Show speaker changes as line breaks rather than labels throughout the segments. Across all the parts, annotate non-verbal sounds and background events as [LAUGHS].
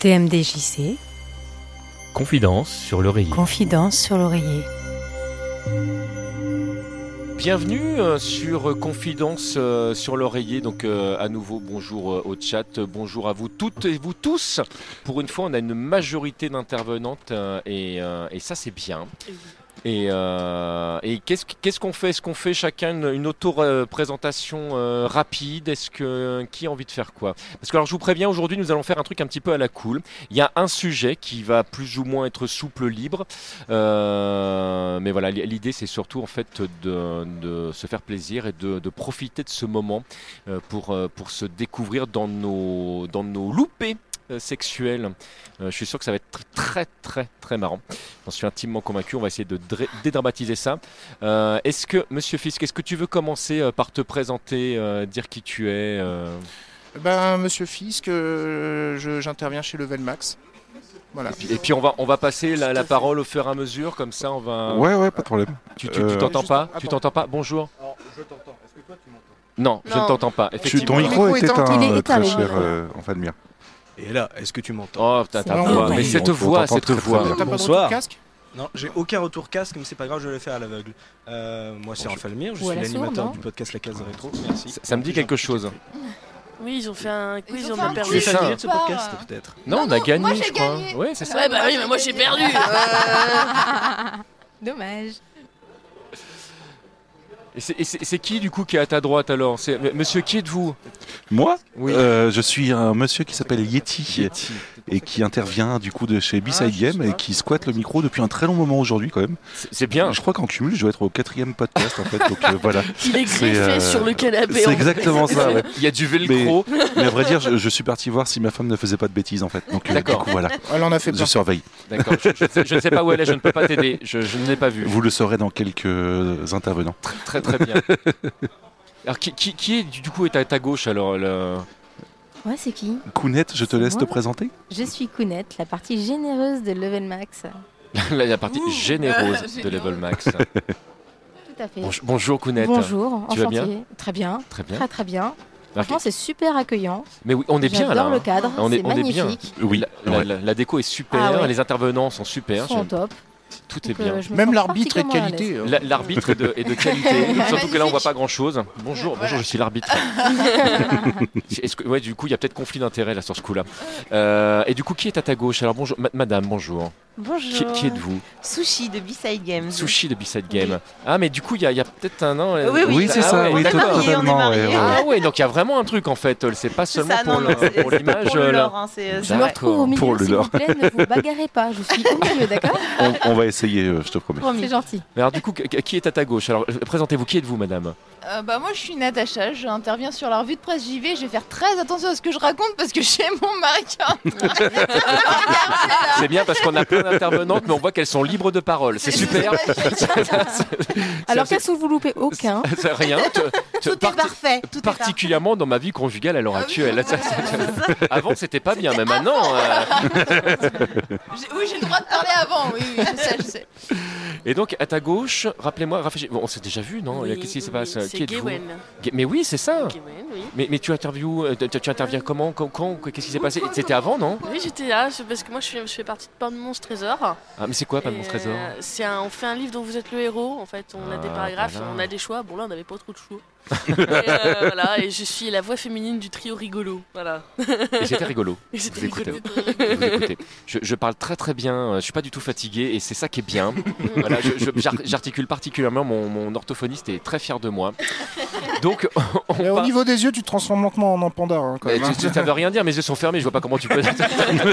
TMDJC,
Confidence sur l'oreiller.
confidence sur l'oreiller.
Bienvenue euh, sur euh, Confidence euh, sur l'oreiller. Donc euh, à nouveau bonjour euh, au chat, Euh, bonjour à vous toutes et vous tous. Pour une fois, on a une majorité d'intervenantes euh, et, euh, et ça c'est bien. Et, euh, et qu'est-ce qu'- qu'est-ce qu'on fait Est-ce qu'on fait chacun une, une auto-présentation euh, rapide Est-ce que qui a envie de faire quoi Parce que alors je vous préviens, aujourd'hui nous allons faire un truc un petit peu à la cool. Il y a un sujet qui va plus ou moins être souple, libre. Euh, mais voilà, l- l'idée c'est surtout en fait de, de se faire plaisir et de, de profiter de ce moment euh, pour, euh, pour se découvrir dans nos, dans nos loupés euh, sexuels. Euh, je suis sûr que ça va être tr- très très très marrant. J'en suis intimement convaincu. On va essayer de dré- dédramatiser ça. Euh, est-ce que Monsieur Fisk, est-ce que tu veux commencer euh, par te présenter, euh, dire qui tu es euh,
Ben, monsieur Fisk, euh, je- j'interviens chez Level Max. Voilà.
puis- Et puis on va on va passer la, la parole au fur et à mesure comme ça on va.
Ouais, ouais, pas de problème.
Tu tu- tu
Euh,
t'entends
Juste-
pas Tu
attends.
t'entends pas Bonjour.
je t'entends. Est-ce que toi tu m'entends
Non, je ne
Non.
t'entends pas.
Je,
Effectivement.
ton
Le
micro
micro
est
est
éteint,
éteint, il est
euh,
éteint,
très
le
cher
micro.
euh, Enfadmir.
Et là, est-ce que tu m'entends
Oh putain, ta
Non,
voix.
oui.
Mais cette
On- on
voix,
t'entend
cette
très, très
voix.
bien.
T'as pas de
bonsoir.
retour casque
Non, j'ai aucun retour casque, mais c'est pas grave, je vais le faire à l'aveugle. Euh, moi, c'est
Bonjour.
Raphaël Mire, je
Ou à
suis
la sourde,
l'animateur
non
du podcast La Case Rétro. Merci.
Ça- ça me dit quelque chose.
Oui, ils ont fait un quiz,
Ils ont
on
fait
a
un
perdu.
quiz.
Tu es
C'est ça.
familier de ce podcast, peut-être
Non, on a
non,
gagné,
moi, j'ai
je crois.
gagné.
Ouais, c'est ça.
Ah. Ouais, bah oui, mais moi j'ai perdu.
Dommage.
Et c'est- et c'est c'est qui du coup qui est à ta droite alors C'est- M- Monsieur, qui êtes-vous
Moi
Oui.
Euh, Je suis un monsieur qui s'appelle Yeti et qui intervient du coup de chez
Ah,
B-Side
je
Game
sais
et
pas.
qui squatte le micro depuis un très long moment aujourd'hui quand même.
C'est c'est bien.
Je crois qu'en cumul, je dois être au quatrième podcast en fait. Donc euh, voilà,
Il est
C'est,
griffé
euh,
sur le canapé. en
c'est
fait.
exactement ça. ouais.
Il y a du velcro.
Mais à vrai dire, je, je suis parti voir si ma femme ne faisait pas de bêtises en fait. Donc euh, du
D'accord.
coup voilà,
Elle en a fait
je
peur.
surveille.
D'accord. Je, je- je ne sais pas où elle est. Je ne peux pas t'aider. Je, je ne l'ai pas vu.
Vous le saurez dans quelques euh, intervenants.
Très très
[LAUGHS]
bien. Alors qui, qui, qui est du coup est à ta gauche alors le- [LAUGHS]
Ouais, c'est qui
Kounette, je te
C'est
laisse
moi.
te présenter.
Je suis Kounette, la partie généreuse de Level Max.
la, la partie
Ouh, euh,
généreuse de
génial.
Level Max.
Tout à fait.
Bonjour- Bonjour Kounette.
Bonjour,
Tu vas
enchantée. Très bien,
Très bien.
très très bien.
Alors,
Franchement, c'est super accueillant.
mais oui, on est bien
J'adore
là.
le
hein.
cadre,
On est-
c'est
on est bien.
magnifique.
Oui,
La, la-
ouais.
la- la déco est super.
Ah ouais.
Les intervenants sont
Ils
super.
sont au
j'aime-
top.
Tout est
Donc, euh,
bien.
je me
Même
sens
l'arbitre est de
particulièrement à l'aise.
qualité. euh.
La- L'arbitre est de, est de qualité, surtout que là on voit
Magnifique.
pas grand chose. Bonjour, bonjour, je suis l'arbitre. [LAUGHS] Est-ce que- ouais, du coup, il y a peut-être conflit d'intérêt là sur ce coup-là. Euh, et du coup, qui est à ta gauche Alors bonjour, ma- madame, bonjour.
Bonjour.
Qui, qui êtes-vous
Sushi de B-Side Games.
Sushi de B-Side Game. Ah, mais du coup, il y a, il y a peut-être un an. euh,
Oui, oui,
Oui, c'est
ah
ça,
ouais,
oui,
on est
to-
d'accord.
mariés, on est
totalement.
mariés.
ouais, ouais.
Ah ouais, donc il y a vraiment un truc en fait. C'est pas
C'est
seulement
ça,
pour
non,
le-
non, c'est-
[LAUGHS] pour l'image.
Pour le
là.
lore, hein, c'est euh,
Je me retrouve au milieu,
Pour le
s'il vous
lore.
plaît, ne vous bagarrez pas. Je suis au milieu, d'accord
[LAUGHS] On, on va essayer, euh, je te promets.
C'est gentil.
Mais alors, du coup, qui- qui est à ta gauche Alors, euh, présentez-vous, qui êtes-vous, madame
Euh, bah moi je suis Natacha, j'interviens sur la revue de presse JV, je vais faire très attention à ce que je raconte parce que j'ai mon mari qui a-
[LAUGHS] C'est bien parce qu'on a plein d'intervenantes, mais on voit qu'elles sont libres de parole. C'est super. [LAUGHS] [LAUGHS]
Alors
c'est-
qu'est-ce que vous loupez aucun
C'est rien. te- te-
Tout est
parti-
parfait. Tout est parfait.
particulièrement dans ma vie conjugale à l'heure
Ah oui,
actuelle.
oui,
Ça, c'est- [LAUGHS] Avant, c'était pas bien, mais maintenant. euh,
J'ai- Oui j'ai le droit de parler avant, oui, oui je sais, je sais.
[LAUGHS] Et donc, à ta gauche, rappelez-moi, réfléchis- bon, on s'est déjà vu, non Euh,
Oui,
Qu'est-ce qui se
oui,
passe
oui,
Qui
C'est
êtes-vous
Gwen.
Ga- Mais oui, c'est ça.
Gwen, oui.
Mais, mais tu interviews, euh, tu, tu interviens comment, quand, quand qu'est-ce qui s'est passé C'était avant, non
Oui, j'étais là c'est parce que moi je, suis- je fais partie de Pain de Monstre Trésor.
Ah, mais c'est quoi, pas de mon
Et,
trésor
euh, C'est un, on fait un livre dont vous êtes le héros. En fait, on a des
Ah,
paragraphes,
voilà.
on a des choix. Bon là, on n'avait pas trop de
[LAUGHS]
choix. et, euh, voilà, et je suis la voix féminine du trio rigolo. Voilà.
Et c'était rigolo.
[LAUGHS] Et c'était
Vous écoutez.
rigolo.
Vous écoutez. Je, je parle très très bien, euh, je suis pas du tout fatigué et c'est ça qui est bien. Voilà, je- je- j'ar- j'articule particulièrement, mon, mon orthophoniste est très fier de moi. Donc, [LAUGHS] on,
Mais au
part-
niveau des yeux, tu te transformes lentement en un panda. hein, quand
Bah. Mais
même, hein.
tu, tu- ça
[LAUGHS]
veut rien dire, mes yeux sont fermés, je vois pas comment tu peux.
[LAUGHS]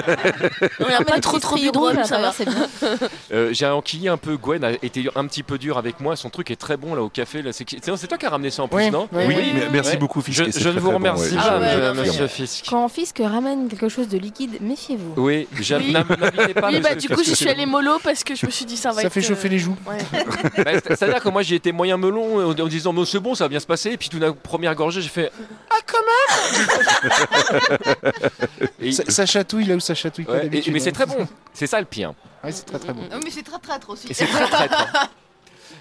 On n'a pas trop trop du drôle, ça va.
c'est bien.
Euh, J'ai enquillé un peu, Gwen a été un petit peu dur avec moi, son truc est très bon là au café. là, C'est qui- c'est- c'est toi qui as ramené ça en plus,
Oui,
non
oui,
Oui,
Ouais.
mais merci
Ouais.
beaucoup, Fisk.
Je,
et c'est
je ne
très,
vous
très bon,
remercie
ouais,
pas,
je-
euh,
Ah ouais,
monsieur Fisk.
Quand Fisk ramène quelque chose de liquide, méfiez-vous.
Oui, je-
Oui.
n'am- n'invitez pas.
Oui, bah
monsieur
du coup,
Fisk.
je suis allée mollo parce que je me suis dit ça va
Ça
être. euh,
fait chauffer les joues.
Ouais.
[LAUGHS] Bah, c'est- C'est-à-dire que moi j'y étais moyen melon euh, en, en disant mais c'est bon, ça va bien se passer. Et puis tout d'un coup, première gorgée, j'ai fait ah quand même. Et-
Ça, ça chatouille là où ça chatouille pas
ouais, et-
d'habitude.
mais c'est très
hein.
bon. C'est ça le pire.
Mm,
Ouais, c'est très très bon.
Non, mais c'est très traître aussi.
Et c'est très traître.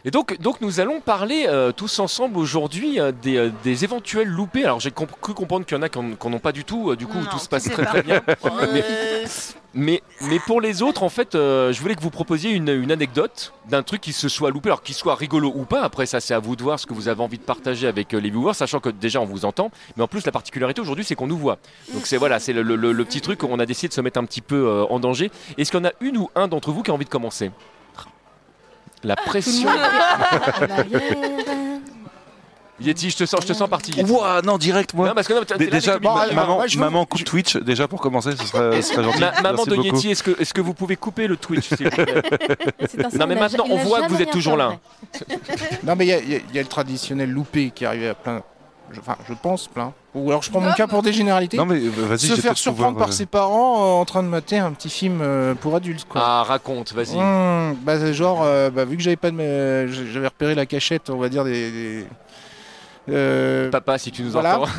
Et donc, donc nous allons parler euh, tous ensemble aujourd'hui euh, des, euh, des éventuels loupés. Alors j'ai comp- cru comprendre qu'il y en a qui n'en ont pas du tout, euh, du coup
Non,
tout se passe
tu sais
très
pas.
très
[LAUGHS]
bien. Mais-
Euh,
Mais, mais pour les autres, en fait, euh, je voulais que vous proposiez une, une anecdote d'un truc qui se soit loupé, alors qu'il soit rigolo ou pas. Après, ça, c'est à vous de voir ce que vous avez envie de partager avec euh, les viewers, sachant que déjà on vous entend. Mais en plus, la particularité aujourd'hui, c'est qu'on nous voit. Donc c'est voilà, c'est le, le- le- le petit truc où on a décidé de se mettre un petit peu euh, en danger. Est-ce qu'il y en a une ou un d'entre vous qui a envie de commencer La pression. Yeti, je te sens, je te sens parti. Yeti.
Ouah, non, direct, moi.
Non, parce que non, t'as-
Dé-
t'es là
déjà,
avec le
ma-
micro.
alors,
maman,
moi, je vous-
maman coupe Twitch, déjà pour commencer, ce serait, ce serait gentil.
Ma- maman
Merci
de
beaucoup.
Yeti, est-ce que, est-ce que vous pouvez couper le Twitch s'il vous plaît
[LAUGHS]
C'est un
Non, mais
sondage.
maintenant,
Il
on
n'a
voit que vous
jamais
êtes toujours
rien
là.
fait
[LAUGHS] Non, mais il y, a- il y a- il y a le traditionnel loupé qui arrive à plein. je- Enfin, je pense plein. Ou alors je prends mon cas pour des généralités.
Non, mais euh, vas-y,
se
j'ai
faire
peut-être
surprendre
pouvoir,
par
euh,
ses parents euh, en train de mater un petit film euh, pour adultes, quoi.
Ah, raconte, vas-y.
Mmh, bah, c'est genre, euh, bah, vu que j'avais pas de, euh, j- j'avais repéré la cachette, on va dire des. des- euh,
Papa, si tu nous
Voilà.
entends.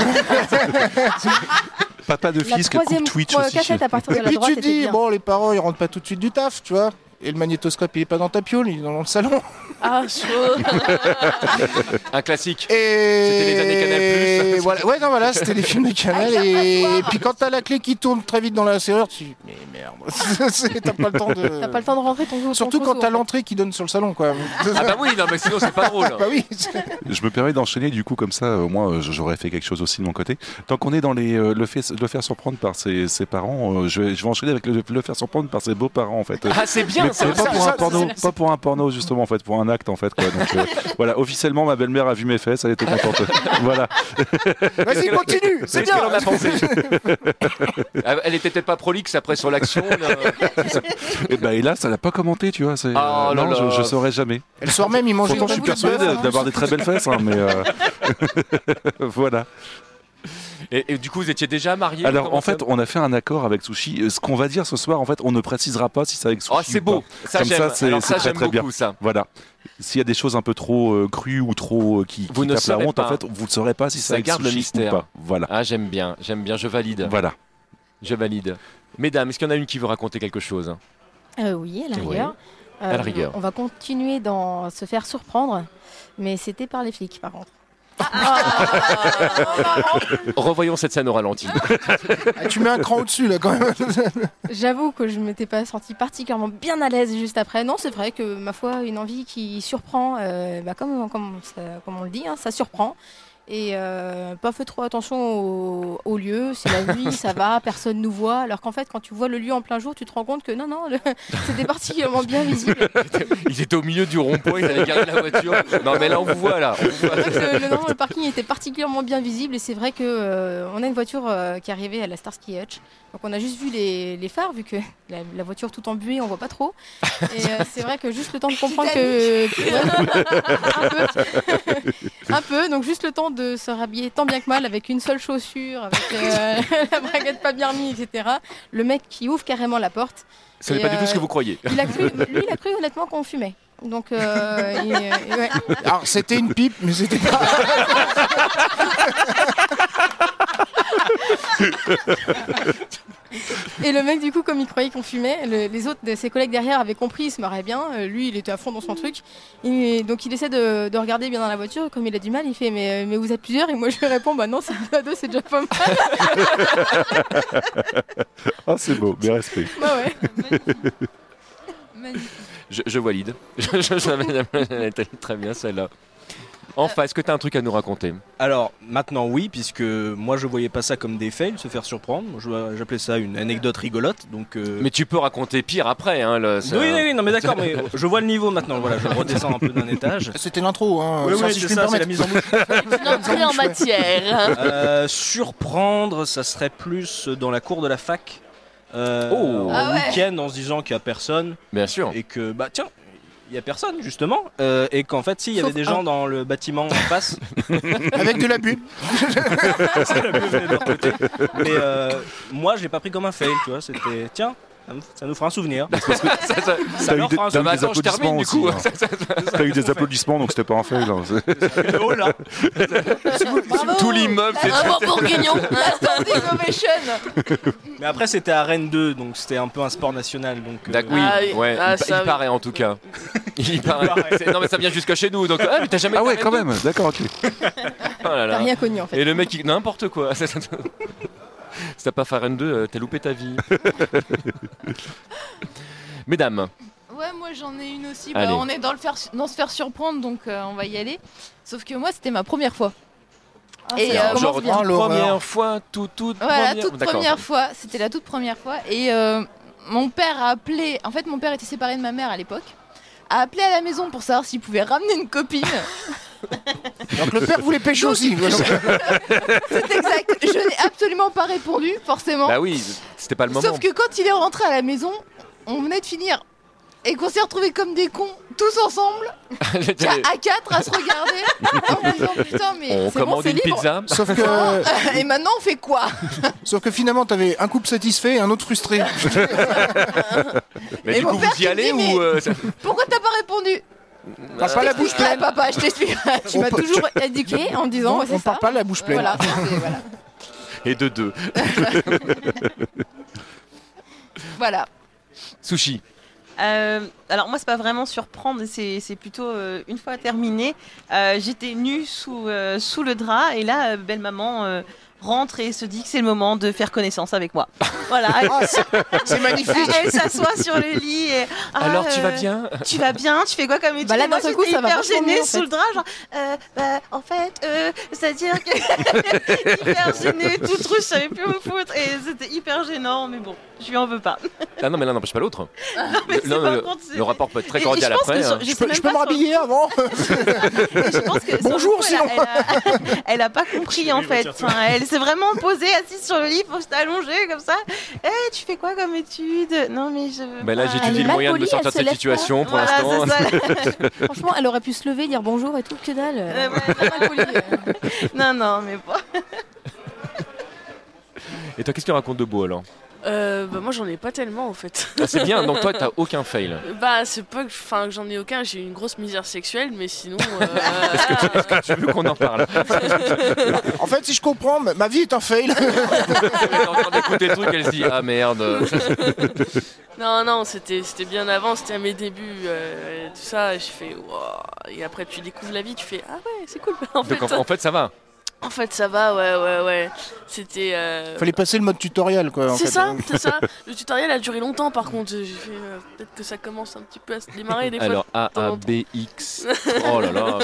Papa de
après.
fils qui
La
coupe
troisième
Twitch
fois,
aussi.
cassette à partir de
Et
la
puis
droite
tu te
était
dis,
bien.
bon, les parents, ils rentrent pas tout de suite du taf, tu vois. Et le magnétoscope, il est pas dans ta piole, il est dans le salon.
Ah,
[LAUGHS]
chaud.
Un classique.
Et
C'était les années Canal+.
[LAUGHS] Et voilà, ouais, non, voilà, c'était les
[LAUGHS] Ah,
films de Canal. et... et puis quand t'as la clé qui tourne très vite dans la serrure, tu. Mais merde, [LAUGHS] c'est- t'as pas le temps de.
T'as pas le temps de rentrer ton ton
Surtout quand
trousseau,
t'as
en fait.
l'entrée qui donne sur le salon, quoi.
Ah bah oui, non mais sinon c'est pas drôle.
[LAUGHS] bah oui. c'est-
Je me permets d'enchaîner, du coup, comme ça, euh, moi, euh, j'aurais fait quelque chose aussi de mon côté. Tant qu'on est dans les, euh, le, fait, le faire surprendre par ses, ses parents, euh, je, vais, je vais enchaîner avec le, le faire surprendre par ses beaux-parents, en fait. Euh,
Ah c'est bien,
mais
ça,
mais pas,
ça,
pour
ça,
un porno,
ça,
pas pour un porno, justement, en fait, pour un acte, en fait. Quoi. Donc,
[LAUGHS]
euh, voilà, officiellement, ma belle-mère a vu mes fesses, elle était contente. voilà.
Vas-y, continue, c'est
Qu'est-ce qu'elle
bien.
en a pensé Ah, Elle était peut-être pas prolixe après sur l'action. euh, là.
Et, bah, et là, ça l'a pas commenté, tu vois. c'est-
Ah,
euh,
là
non,
là.
Je, je saurais jamais.
Et le soir même, il mangeait
Pourtant, je suis
une boule de
persuadé
beurre.
d'avoir des très belles fesses, hein, mais euh, [LAUGHS] voilà.
Et, et du coup vous étiez déjà mariés
Alors
comment
en fait,
ça
on a fait un accord avec Sushi. Euh, Ce qu'on va dire ce soir, en fait, on ne précisera pas si c'est avec Sushi.
oh c'est
ou
beau,
pas.
ça
Comme ça,
j'aime.
c'est-
Alors
c'est
ça
très,
j'aime
très bien.
beaucoup ça.
Voilà. S'il y a des choses un peu trop euh, crues ou trop euh, qui,
Vous
qui
ne
tapent la
saurez
honte,
pas.
en fait, vous ne saurez pas si
Ça
c'est avec
garde le
Sushi
mystère.
ou pas. Voilà.
Ah j'aime bien, j'aime bien, je valide,
Voilà.
je valide. Mesdames, est-ce qu'il y en a une qui veut raconter quelque chose
Euh, oui, à la
Oui.
rigueur. Euh,
À la rigueur.
On va continuer dans se faire surprendre, mais c'était par les flics, par contre.
[LAUGHS] Revoyons cette scène au ralenti.
Ah, tu mets un cran au-dessus, là,
[LAUGHS]
quand même.
J'avoue que je m'étais pas sentie particulièrement bien à l'aise juste après. Non, c'est vrai que ma foi, une envie qui surprend, euh, bah, comme, comme, ça- comme on le dit, hein, ça surprend. Et euh, pas fait trop attention au, au lieu, c'est la nuit, ça va, personne nous voit. Alors qu'en fait, quand tu vois le lieu en plein jour, tu te rends compte que non, non, le- [LAUGHS] c'était particulièrement bien visible.
Ils étaient au milieu du rond-point, ils avaient gardé la voiture. Non mais là on vous voit là. on vous voit.
Donc, le, le- non, le parking était particulièrement bien visible et c'est vrai que euh, on a une voiture euh, qui arrivait à la Starsky Hutch. Donc on a juste vu les, les phares vu que la, la voiture tout en buée, on voit pas trop. Et euh, c'est vrai que juste le temps de comprendre que un, peu, [LAUGHS] un peu, donc juste le temps de se rhabiller tant bien que mal avec une seule chaussure, avec euh, [LAUGHS] la braguette pas bien remise, etc. Le mec qui ouvre carrément la porte.
Ce n'est
Et,
pas du tout
euh,
ce que vous croyez.
Il a cru, lui, il a cru honnêtement qu'on fumait. Donc, euh, il- euh, ouais.
Alors, c'était une pipe, mais c'était pas.
Et le mec, du coup, comme il croyait qu'on fumait, le- les autres de ses collègues derrière avaient compris, il se marrait bien. Euh, lui, il était à fond dans son truc. Il- donc, il essaie de, de regarder bien dans la voiture. Comme il a du mal, il fait Mais, mais vous êtes plusieurs Et moi, je lui réponds Bah non, c'est deux à deux, c'est déjà pas mal.
Ah, c'est beau. Mais respect.
Bah ouais.
Je, je valide. [LAUGHS] Je- je- je- Elle était Très bien celle-là. Enfin, est-ce que tu as un truc à nous raconter
Alors maintenant oui, puisque moi je voyais pas ça comme des fails, se faire surprendre. Moi, je- J'appelais ça une anecdote rigolote. Donc euh,
Mais tu peux raconter pire après. Hein, là, ça-
oui, oui, oui, non mais d'accord, mais je vois le niveau maintenant. Voilà, je redescends un peu
[LAUGHS]
d'un étage.
C'était l'intro, hein.
Oui,
ça,
oui,
si
c'est
je puis me
ça, c'est la mise
permettre.
en bouche.
[LAUGHS]
Une entrée en
[LAUGHS]
matière.
Euh, surprendre, ça serait plus dans la cour de la fac. euh,
Oh.
en
Ah ouais.
week-end en se disant qu'il y a personne
Bien sûr.
et que bah tiens il y a personne justement euh, et qu'en fait si il y
Sauf
avait des
un.
gens dans le bâtiment en
[LAUGHS]
face
Avec de
[LAUGHS]
la pub.
mais euh, moi je l'ai pas pris comme un fail tu vois c'était tiens Ça nous- Ça nous fera un souvenir.
Ça, ça-
Ça
eu
leur
des,
fera un
t'as eu
bah,
des
attends, je termine,
applaudissements
du coup.
aussi.
[LAUGHS]
hein. T'as eu des applaudissements, donc c'était pas un fail. hein.
souvenir. Oh
[LAUGHS]
là
Bravo
Tout l'immeuble, c'est
Bravo Bourguignon
[LAUGHS]
Standing ovation
Mais après, c'était à Rennes 2, donc c'était un peu un sport national. Donc, euh,
Dac- oui,
Ah oui,
ouais,
ah,
il, pa- il
ça, oui.
paraît en tout cas. Il paraît.
paraît.
C'est- Non mais ça vient jusqu'à chez nous, donc ah mais t'as jamais.
Ah ouais,
été
quand
arrêté
même. D'accord, ok.
[LAUGHS] Oh là
T'as
là.
rien connu en fait.
Et le mec, il... n'importe quoi. [LAUGHS] Ça, ça- Si t'as pas fait Rennes 2, euh, t'as loupé ta vie. Mesdames,
Ouais, moi j'en ai une aussi.
Allez.
Bah, on est dans, le faire, dans se faire surprendre, donc euh, on va y aller. Sauf que moi, c'était ma première fois.
Ah,
Et,
Alors,
euh,
genre,
commence
toute
bien.
Oh, l'horreur.
première fois, tout, toute
Voilà,
première.
toute
D'accord. [LAUGHS]
première fois. C'était la toute première fois. Et euh, mon père a appelé. En fait, mon père était séparé de ma mère à l'époque. A appelé à la maison pour savoir s'il pouvait ramener une copine.
Donc le père voulait pêcher aussi.
C'est exact. Je n'ai absolument pas répondu, forcément.
Bah oui, c'était pas le moment.
Sauf que quand il est rentré à la maison, on venait de finir. Et qu'on s'est retrouvés comme des cons, tous
[LAUGHS]
ensemble,
[LAUGHS] J'étais-
à quatre, à se regarder, en disant putain, mais
On
c'est bon,
commande
c'est
une
libre. Euh,
pizza. [LAUGHS]
Sauf que,
Et maintenant, on fait quoi
sauf que finalement, t'avais un couple satisfait et un autre frustré.
Mais
Et
du
mon
coup,
père
vous
qui
y
me
allez
dit, mais-
ou euh, ça-
Pourquoi t'as pas répondu
T'as Bah, pas la bouche
Bouge pas,
pleine.
papa, je t'explique.
[LAUGHS]
Tu m'as
on peut-
toujours éduqué en disant, ouais,
on
c'est ça.
part pas la bouche pleine.
Voilà, c'est- voilà.
et de
[LAUGHS]
deux.
Voilà.
Sushi.
Euh, alors moi, c'est pas vraiment surprendre, c'est c'est plutôt euh, une fois terminé. euh, J'étais nue sous, euh, sous le drap et là, euh, belle maman euh, rentre et se dit que c'est le moment de faire connaissance
[LAUGHS]
avec moi. Voilà. Elle-
Ah, c'est- c'est magnifique.
[LAUGHS] Elle, elle s'assoit sur le lit et Ah,
Alors, tu
euh,
vas bien
Tu vas bien Tu fais quoi comme étude
Bah là,
Et moi,
d'un seul
j'étais
coup, ça va
hyper
vachement mieux,
gênée
en
sous
fait.
le drap, genre euh, bah, en fait, euh, c'est-à-dire que hyper gênée, toute russe, je savais plus où me foutre et c'était hyper gênant, mais bon, je lui en veux pas.
Ah non, mais l'un n'empêche pas l'autre.
Ah, [LAUGHS] Mais c'est
Non,
par
le,
contre, c'est-
le rapport peut être très
Et- et
cordial
je pense
après.
que sur-
hein.
je
Je
sais
peux,
même
je
pas
peux me
sur- [LAUGHS]
rhabiller avant
Et je pense que [LAUGHS] sur le
Bonjour,
coup,
sinon.
Elle a, elle a- elle a pas compris en fait. Enfin, elle s'est vraiment posée, assise sur le lit, pour allongée comme ça. Eh, tu fais quoi comme étude Non mais je.
[LAUGHS]
veux
Mais Bah, là,
pas.
j'étudie
est
le
mal
moyen de me
polie,
sortir
elle
de
se
cette
lève
situation pour
Voilà,
l'instant.
c'est ça.
[LAUGHS] Franchement, elle aurait pu se lever, dire bonjour et tout, que dalle.
Euh,
euh,
ouais,
mal polie, euh. [LAUGHS]
non, non, mais bon.
Et toi, qu'est-ce que tu racontes de beau
[LAUGHS]
alors
Euh, bah, moi j'en ai pas tellement en fait.
Ah, C'est bien, donc
[LAUGHS]
toi, t'as aucun fail.
Bah, c'est pas que enfin, que j'en ai aucun, j'ai eu une grosse misère sexuelle, mais sinon. euh, [LAUGHS]
Tu veux qu'on en
[LAUGHS]
parle
En fait, si je comprends, ma ma vie est
[LAUGHS]
un fail.
Elle est en train d'écouter le truc, elle se dit Ah
[LAUGHS]
merde.
Non, non, c'était c'était bien avant, c'était à mes débuts, euh, et tout ça, et je fais Wouah Et après, tu découvres la vie, tu fais Ah ouais, c'est cool. [LAUGHS] En fait,
Donc en, en fait, ça va.
en fait, ça va, ouais, ouais, ouais. C'était. euh,
Fallait passer le mode tutoriel, quoi. en
C'est
fait. hein.
hein.
ça, c'est
[LAUGHS]
ça. Le tutoriel a duré longtemps par contre. J'ai fait euh, peut-être que ça commence un petit peu à se démarrer des fois.
Alors, A,
temps
A,
en temps.
B, X. Oh là
[LAUGHS]
là.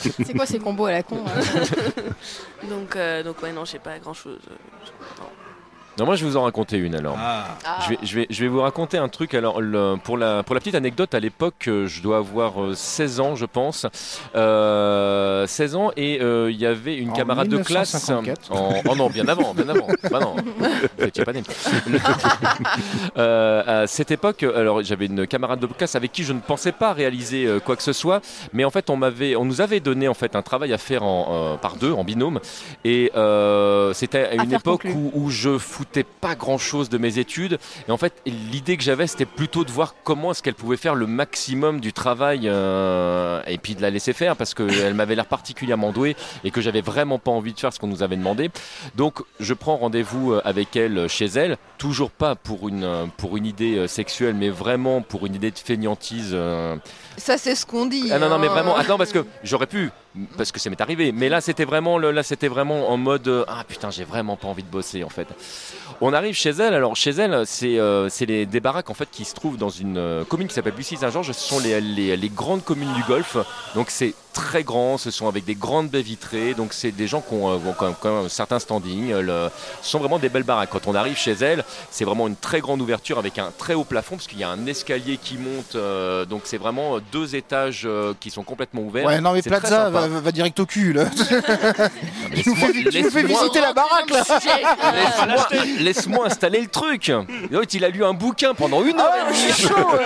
C'est quoi ces combos à la con hein
Donc, euh, donc ouais, non, j'ai pas euh, grand chose.
Non, moi, je vais vous en raconter une alors.
Ah.
Ah.
Je vais, je, vais, je vais vous raconter un truc. Alors, le- pour, la, pour la petite anecdote, à l'époque, euh, je dois avoir euh, 16 ans, je pense. Euh, 16 ans, et euh, il y avait une
En
camarade de classe.
1954.
En, oh non, bien avant, bien avant. Bah non, vous étiez pas né. Euh, à cette époque, alors j'avais une camarade de classe avec qui je ne pensais pas réaliser euh, quoi que ce soit, mais en fait, on, m'avait, on nous avait donné en fait un travail à faire en, euh, par deux, en binôme. Et euh, c'était à une
faire
époque
conclure.
où, où je foutais pas grand chose de mes études. Et en fait, l'idée que j'avais, c'était plutôt de voir comment est-ce qu'elle pouvait faire le maximum du travail euh, et puis de la laisser faire parce qu'elle m'avait l'air particulièrement douée et que j'avais vraiment pas envie de faire ce qu'on nous avait demandé. Donc, je prends rendez-vous euh, avec elle euh, chez elle, toujours pas pour une, euh, pour une idée euh, sexuelle, mais vraiment pour une idée de fainéantise. euh,
Ça, c'est ce qu'on dit.
ah non, non, mais
hein.
vraiment, attends, parce que j'aurais pu, parce que ça m'est arrivé. Mais là, c'était vraiment, le- là, c'était vraiment en mode, euh, ah putain, j'ai vraiment pas envie de bosser, en fait. On arrive chez elle, alors chez elle, c'est euh, c'est les- des baraques, en fait, qui se trouvent dans une euh, commune qui s'appelle Bussy-Saint-Georges. Ce sont les, les, les grandes communes du Golfe. Donc, c'est très grand, ce sont avec des grandes baies vitrées. Donc, c'est des gens qui ont, euh, ont quand, même, quand même un certain standing. euh, le- ce sont vraiment des belles baraques. Quand on arrive chez elle, c'est vraiment une très grande ouverture avec un très haut plafond, parce qu'il y a un escalier qui monte. euh, donc, c'est vraiment deux étages euh, qui sont complètement ouverts.
Ouais, non, mais
C'est très
Plaza
sympa.
[LAUGHS] va, va direct au cul, là. tu
Laisse-moi-
nous fais, vi- tu nous fais
laisse-moi-
visiter la baraque, là.
Laisse-moi [LAUGHS] laisse-moi installer le truc. L'autre, il a lu un bouquin pendant une
Ah,
heure.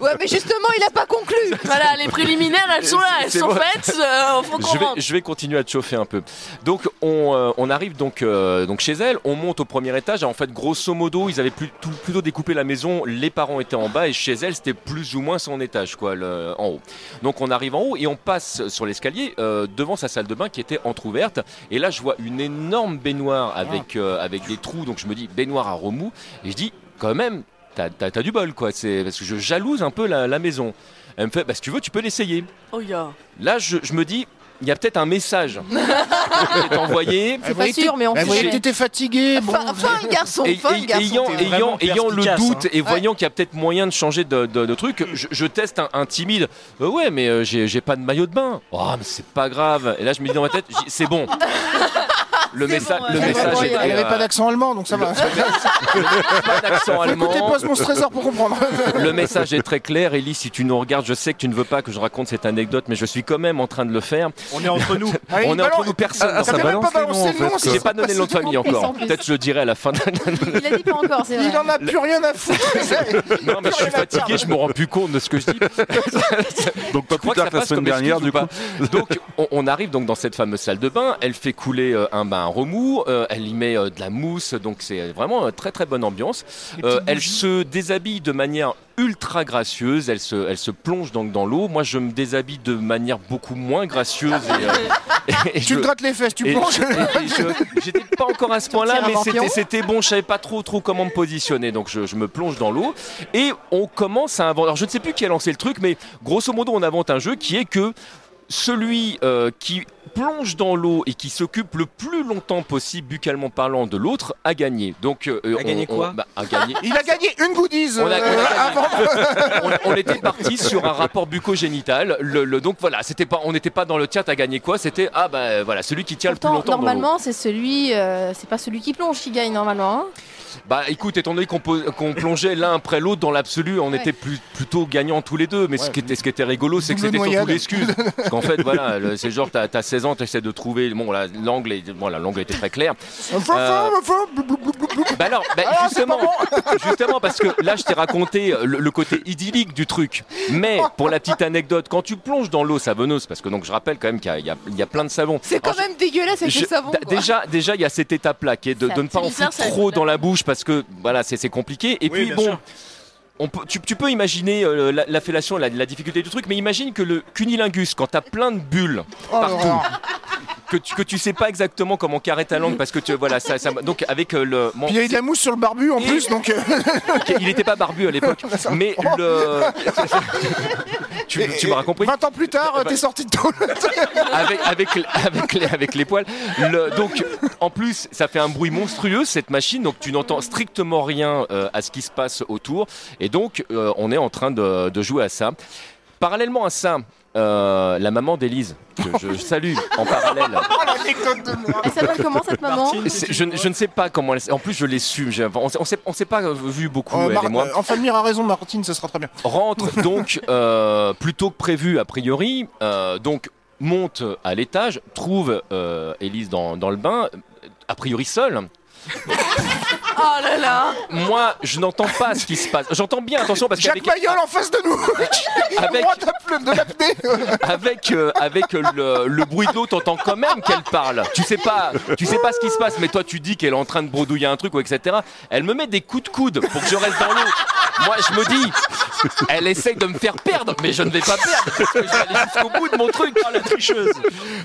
[LAUGHS] [LAUGHS] Ouais, mais justement, il a pas conclu.
[LAUGHS] Euh,
Voilà, les préliminaires, finale, elles sont là, elles
C'est
sont
bon.
faites, euh, faut qu'on
je, vais,
rentre.
je vais continuer à te chauffer un peu. Donc on, euh, on arrive donc, euh, donc chez elle, on monte au premier étage. En fait, grosso modo, ils avaient plus- tout- plutôt découpé la maison. Les parents étaient en bas et chez elle, c'était plus ou moins son étage, quoi, le- en haut. Donc on arrive en haut et on passe sur l'escalier euh, devant sa salle de bain qui était entr'ouverte. Et là, je vois une énorme baignoire
Ah.
avec euh, avec des trous. Donc je me dis baignoire à remous et je dis quand même. T'as t'as- t'as du bol quoi, c'est parce que je jalouse un peu la, la maison. Elle me fait, bah si tu veux, tu peux l'essayer.
Oh ya.
Là, je, je me dis, il y a peut-être un
[LAUGHS]
message qui est envoyé.
C'est pas sûr, mais on
Bah, vous voyez,
fait.
t'étais fatigué. Bon.
Enfin, enfin, un garçon,
Et-
enfin, un
et-
garçon.
ayant
t'es-
vraiment
ayant, ayant le
perspicace,
doute
hein.
et voyant qu'il y a peut-être moyen de changer de, de- de truc, je, je teste un, un timide. Euh, ouais, mais euh, j'ai j'ai pas de maillot de bain. Oh, mais c'est pas grave. Et là, je me dis dans ma tête, j'ai- c'est
[LAUGHS]
bon. Le,
C'est
messa-
bon,
le
ouais.
Elle
message
avait-
était,
elle avait
euh,
pas d'accent allemand, donc ça
[LAUGHS]
va.
pas d'accent allemand.
Écoutez pas ce monstre trésor pour comprendre.
[LAUGHS] Le message est très clair. Ellie, si tu nous regardes, je sais que tu ne veux pas que je raconte cette anecdote, mais je suis quand même en train de le faire.
On est entre nous.
Allez,
[LAUGHS] On est
balance-
entre nous, personne
Ah,
dans
ça
sa
T'as même
balance
pas
les noms,
balancé
en
le
fait,
nom.
quoi.
J'ai pas donné le nom de famille
compliqué,
encore.
en plus.
Peut-être je le dirai à la fin de
Il a dit pas encore, c'est vrai.
Il en a plus rien à foutre.
Non, mais je suis fatigué, je me rends plus compte de ce que [LAUGHS] je dis.
Donc pas
crois
plus tard
que ça
que la
passe
semaine
comme excuse
dernière,
ou
du coup.
pas Donc, on, on arrive donc dans cette fameuse salle de bain. Elle fait couler euh, un bain à remous. euh, elle y met euh, de la mousse. Donc, c'est vraiment euh, très très bonne ambiance. Euh, elle se déshabille de manière ultra gracieuse. Elle se, elle se plonge donc dans l'eau. Moi, je me déshabille de manière beaucoup moins gracieuse. Et, euh, [LAUGHS] et- et
Tu
je-
te grattes les fesses, tu
et-
penches.
et- et je- J'étais pas encore à ce point-là,
Sortir
mais
un
c'était,
vampire.
c'était bon. Je savais pas trop trop comment me positionner, donc je, je me plonge dans l'eau et on commence à inventer. Alors je ne sais plus qui a lancé le truc, mais grosso modo, on invente un jeu qui est que celui euh, qui plonge dans l'eau et qui s'occupe le plus longtemps possible, buccalement parlant, de l'autre, a gagné. Donc euh, on-
gagné
on-
quoi
bah, A
[LAUGHS]
gagné.
Il a gagné une goodies.
On a- on a
euh,
gagné.
avant.
on, on était parti sur un rapport bucco-génital. Le, le- donc voilà, c'était pas, on n'était pas dans le tiers, t'as gagné quoi C'était ah bah voilà, celui qui tient le
Pourtant,
plus longtemps. dans l'eau.
normalement, c'est celui, euh, c'est pas celui qui plonge qui gagne normalement. hein.
Bah écoute, étant donné qu'on po- qu'on plongeait l'un après l'autre dans l'absolu, on
Ouais.
était plus- plutôt gagnants tous les deux. Mais ce,
Ouais.
qui était, ce qui était rigolo, c'est que
Double
c'était surtout
noyade. [LAUGHS]
l'excuse. Parce qu'en fait, voilà, le- c'est genre, t'as t'as 16 ans, t'essaies de trouver. Bon, là, l'angle est- voilà, l'angle était très
[LAUGHS]
clair.
Enfin,
Euh,
enfin, enfin, blou, blou, blou, blou, blou.
Bah alors, bah,
Ah, c'est
justement, [LAUGHS] justement, parce que là, je t'ai raconté euh, le, le côté idyllique du truc. Mais pour la petite anecdote, quand tu plonges dans l'eau savonneuse, parce que donc je rappelle quand même qu'il y a- il y, a- il y a plein de savons.
C'est quand
Alors,
même dégueulasse avec
je-
le savon.
d-
quoi. [LAUGHS]
déjà, déjà, il y a cette étape-là qui est de,
Ça,
de ne pas
c'est
en
bizarre,
foutre
ça,
trop
c'est
dans la bouche parce que voilà, c'est c'est compliqué. Et
Oui,
puis
bien
bon,
sûr.
on peut- tu, tu peux imaginer euh, la, la fellation, la, la difficulté du truc, mais imagine que le cunilingus, quand t'as plein de bulles [LAUGHS]
Oh,
partout,
l'horreur.
que tu, que tu sais pas exactement comment carrer ta langue parce que tu voilà ça, ça- donc avec euh, le bon,
Puis il y a eu de la mousse sur le barbu en
Et-
plus,
[LAUGHS]
donc. euh,
ok, [LAUGHS] il était pas barbu à
[LAUGHS]
l'époque, mais le tu, tu m'auras compris
20 ans plus tard, euh, t'es sorti de tout.
[LAUGHS] avec, avec, avec, les, avec les poils. Le- donc, en plus, ça fait un bruit monstrueux, cette machine. Donc, tu n'entends strictement rien euh, à ce qui se passe autour. Et donc, euh, on est en train de, de jouer à ça. Parallèlement à ça, euh, la maman d'Élise, que
[LAUGHS]
je salue en parallèle.
Elle s'appelle comment cette maman
C'est- Je, ne- je ne sais pas comment elle. En plus, je l'assume. j'ai- On ne s'est on s'est pas vu beaucoup,
Euh,
elle
Mar-
et moi.
euh, Enfin, Mire a raison, Martine, ce sera très bien.
rentre donc euh, plus tôt que prévu a priori, euh, donc monte à l'étage, trouve euh, Élise dans, dans le bain, euh, a priori seule.
Oh là là.
Moi, je n'entends pas ce qui se passe. J'entends bien, attention, parce
Jacques
qu'avec
Mayol en face de nous
avec,
Moi, tape le- de l'apnée
[LAUGHS] avec, euh, avec le, le bruit de l'eau, t'entends quand même qu'elle parle. Tu sais pas, tu sais pas ce qui se passe, mais toi tu dis qu'elle est en train de bredouiller un truc ou etc. Elle me met des coups de coude pour que je reste dans l'eau. Moi je me dis, elle essaye de me faire perdre, mais je ne vais pas perdre parce que je vais aller jusqu'au bout de mon truc. Ah, la tricheuse.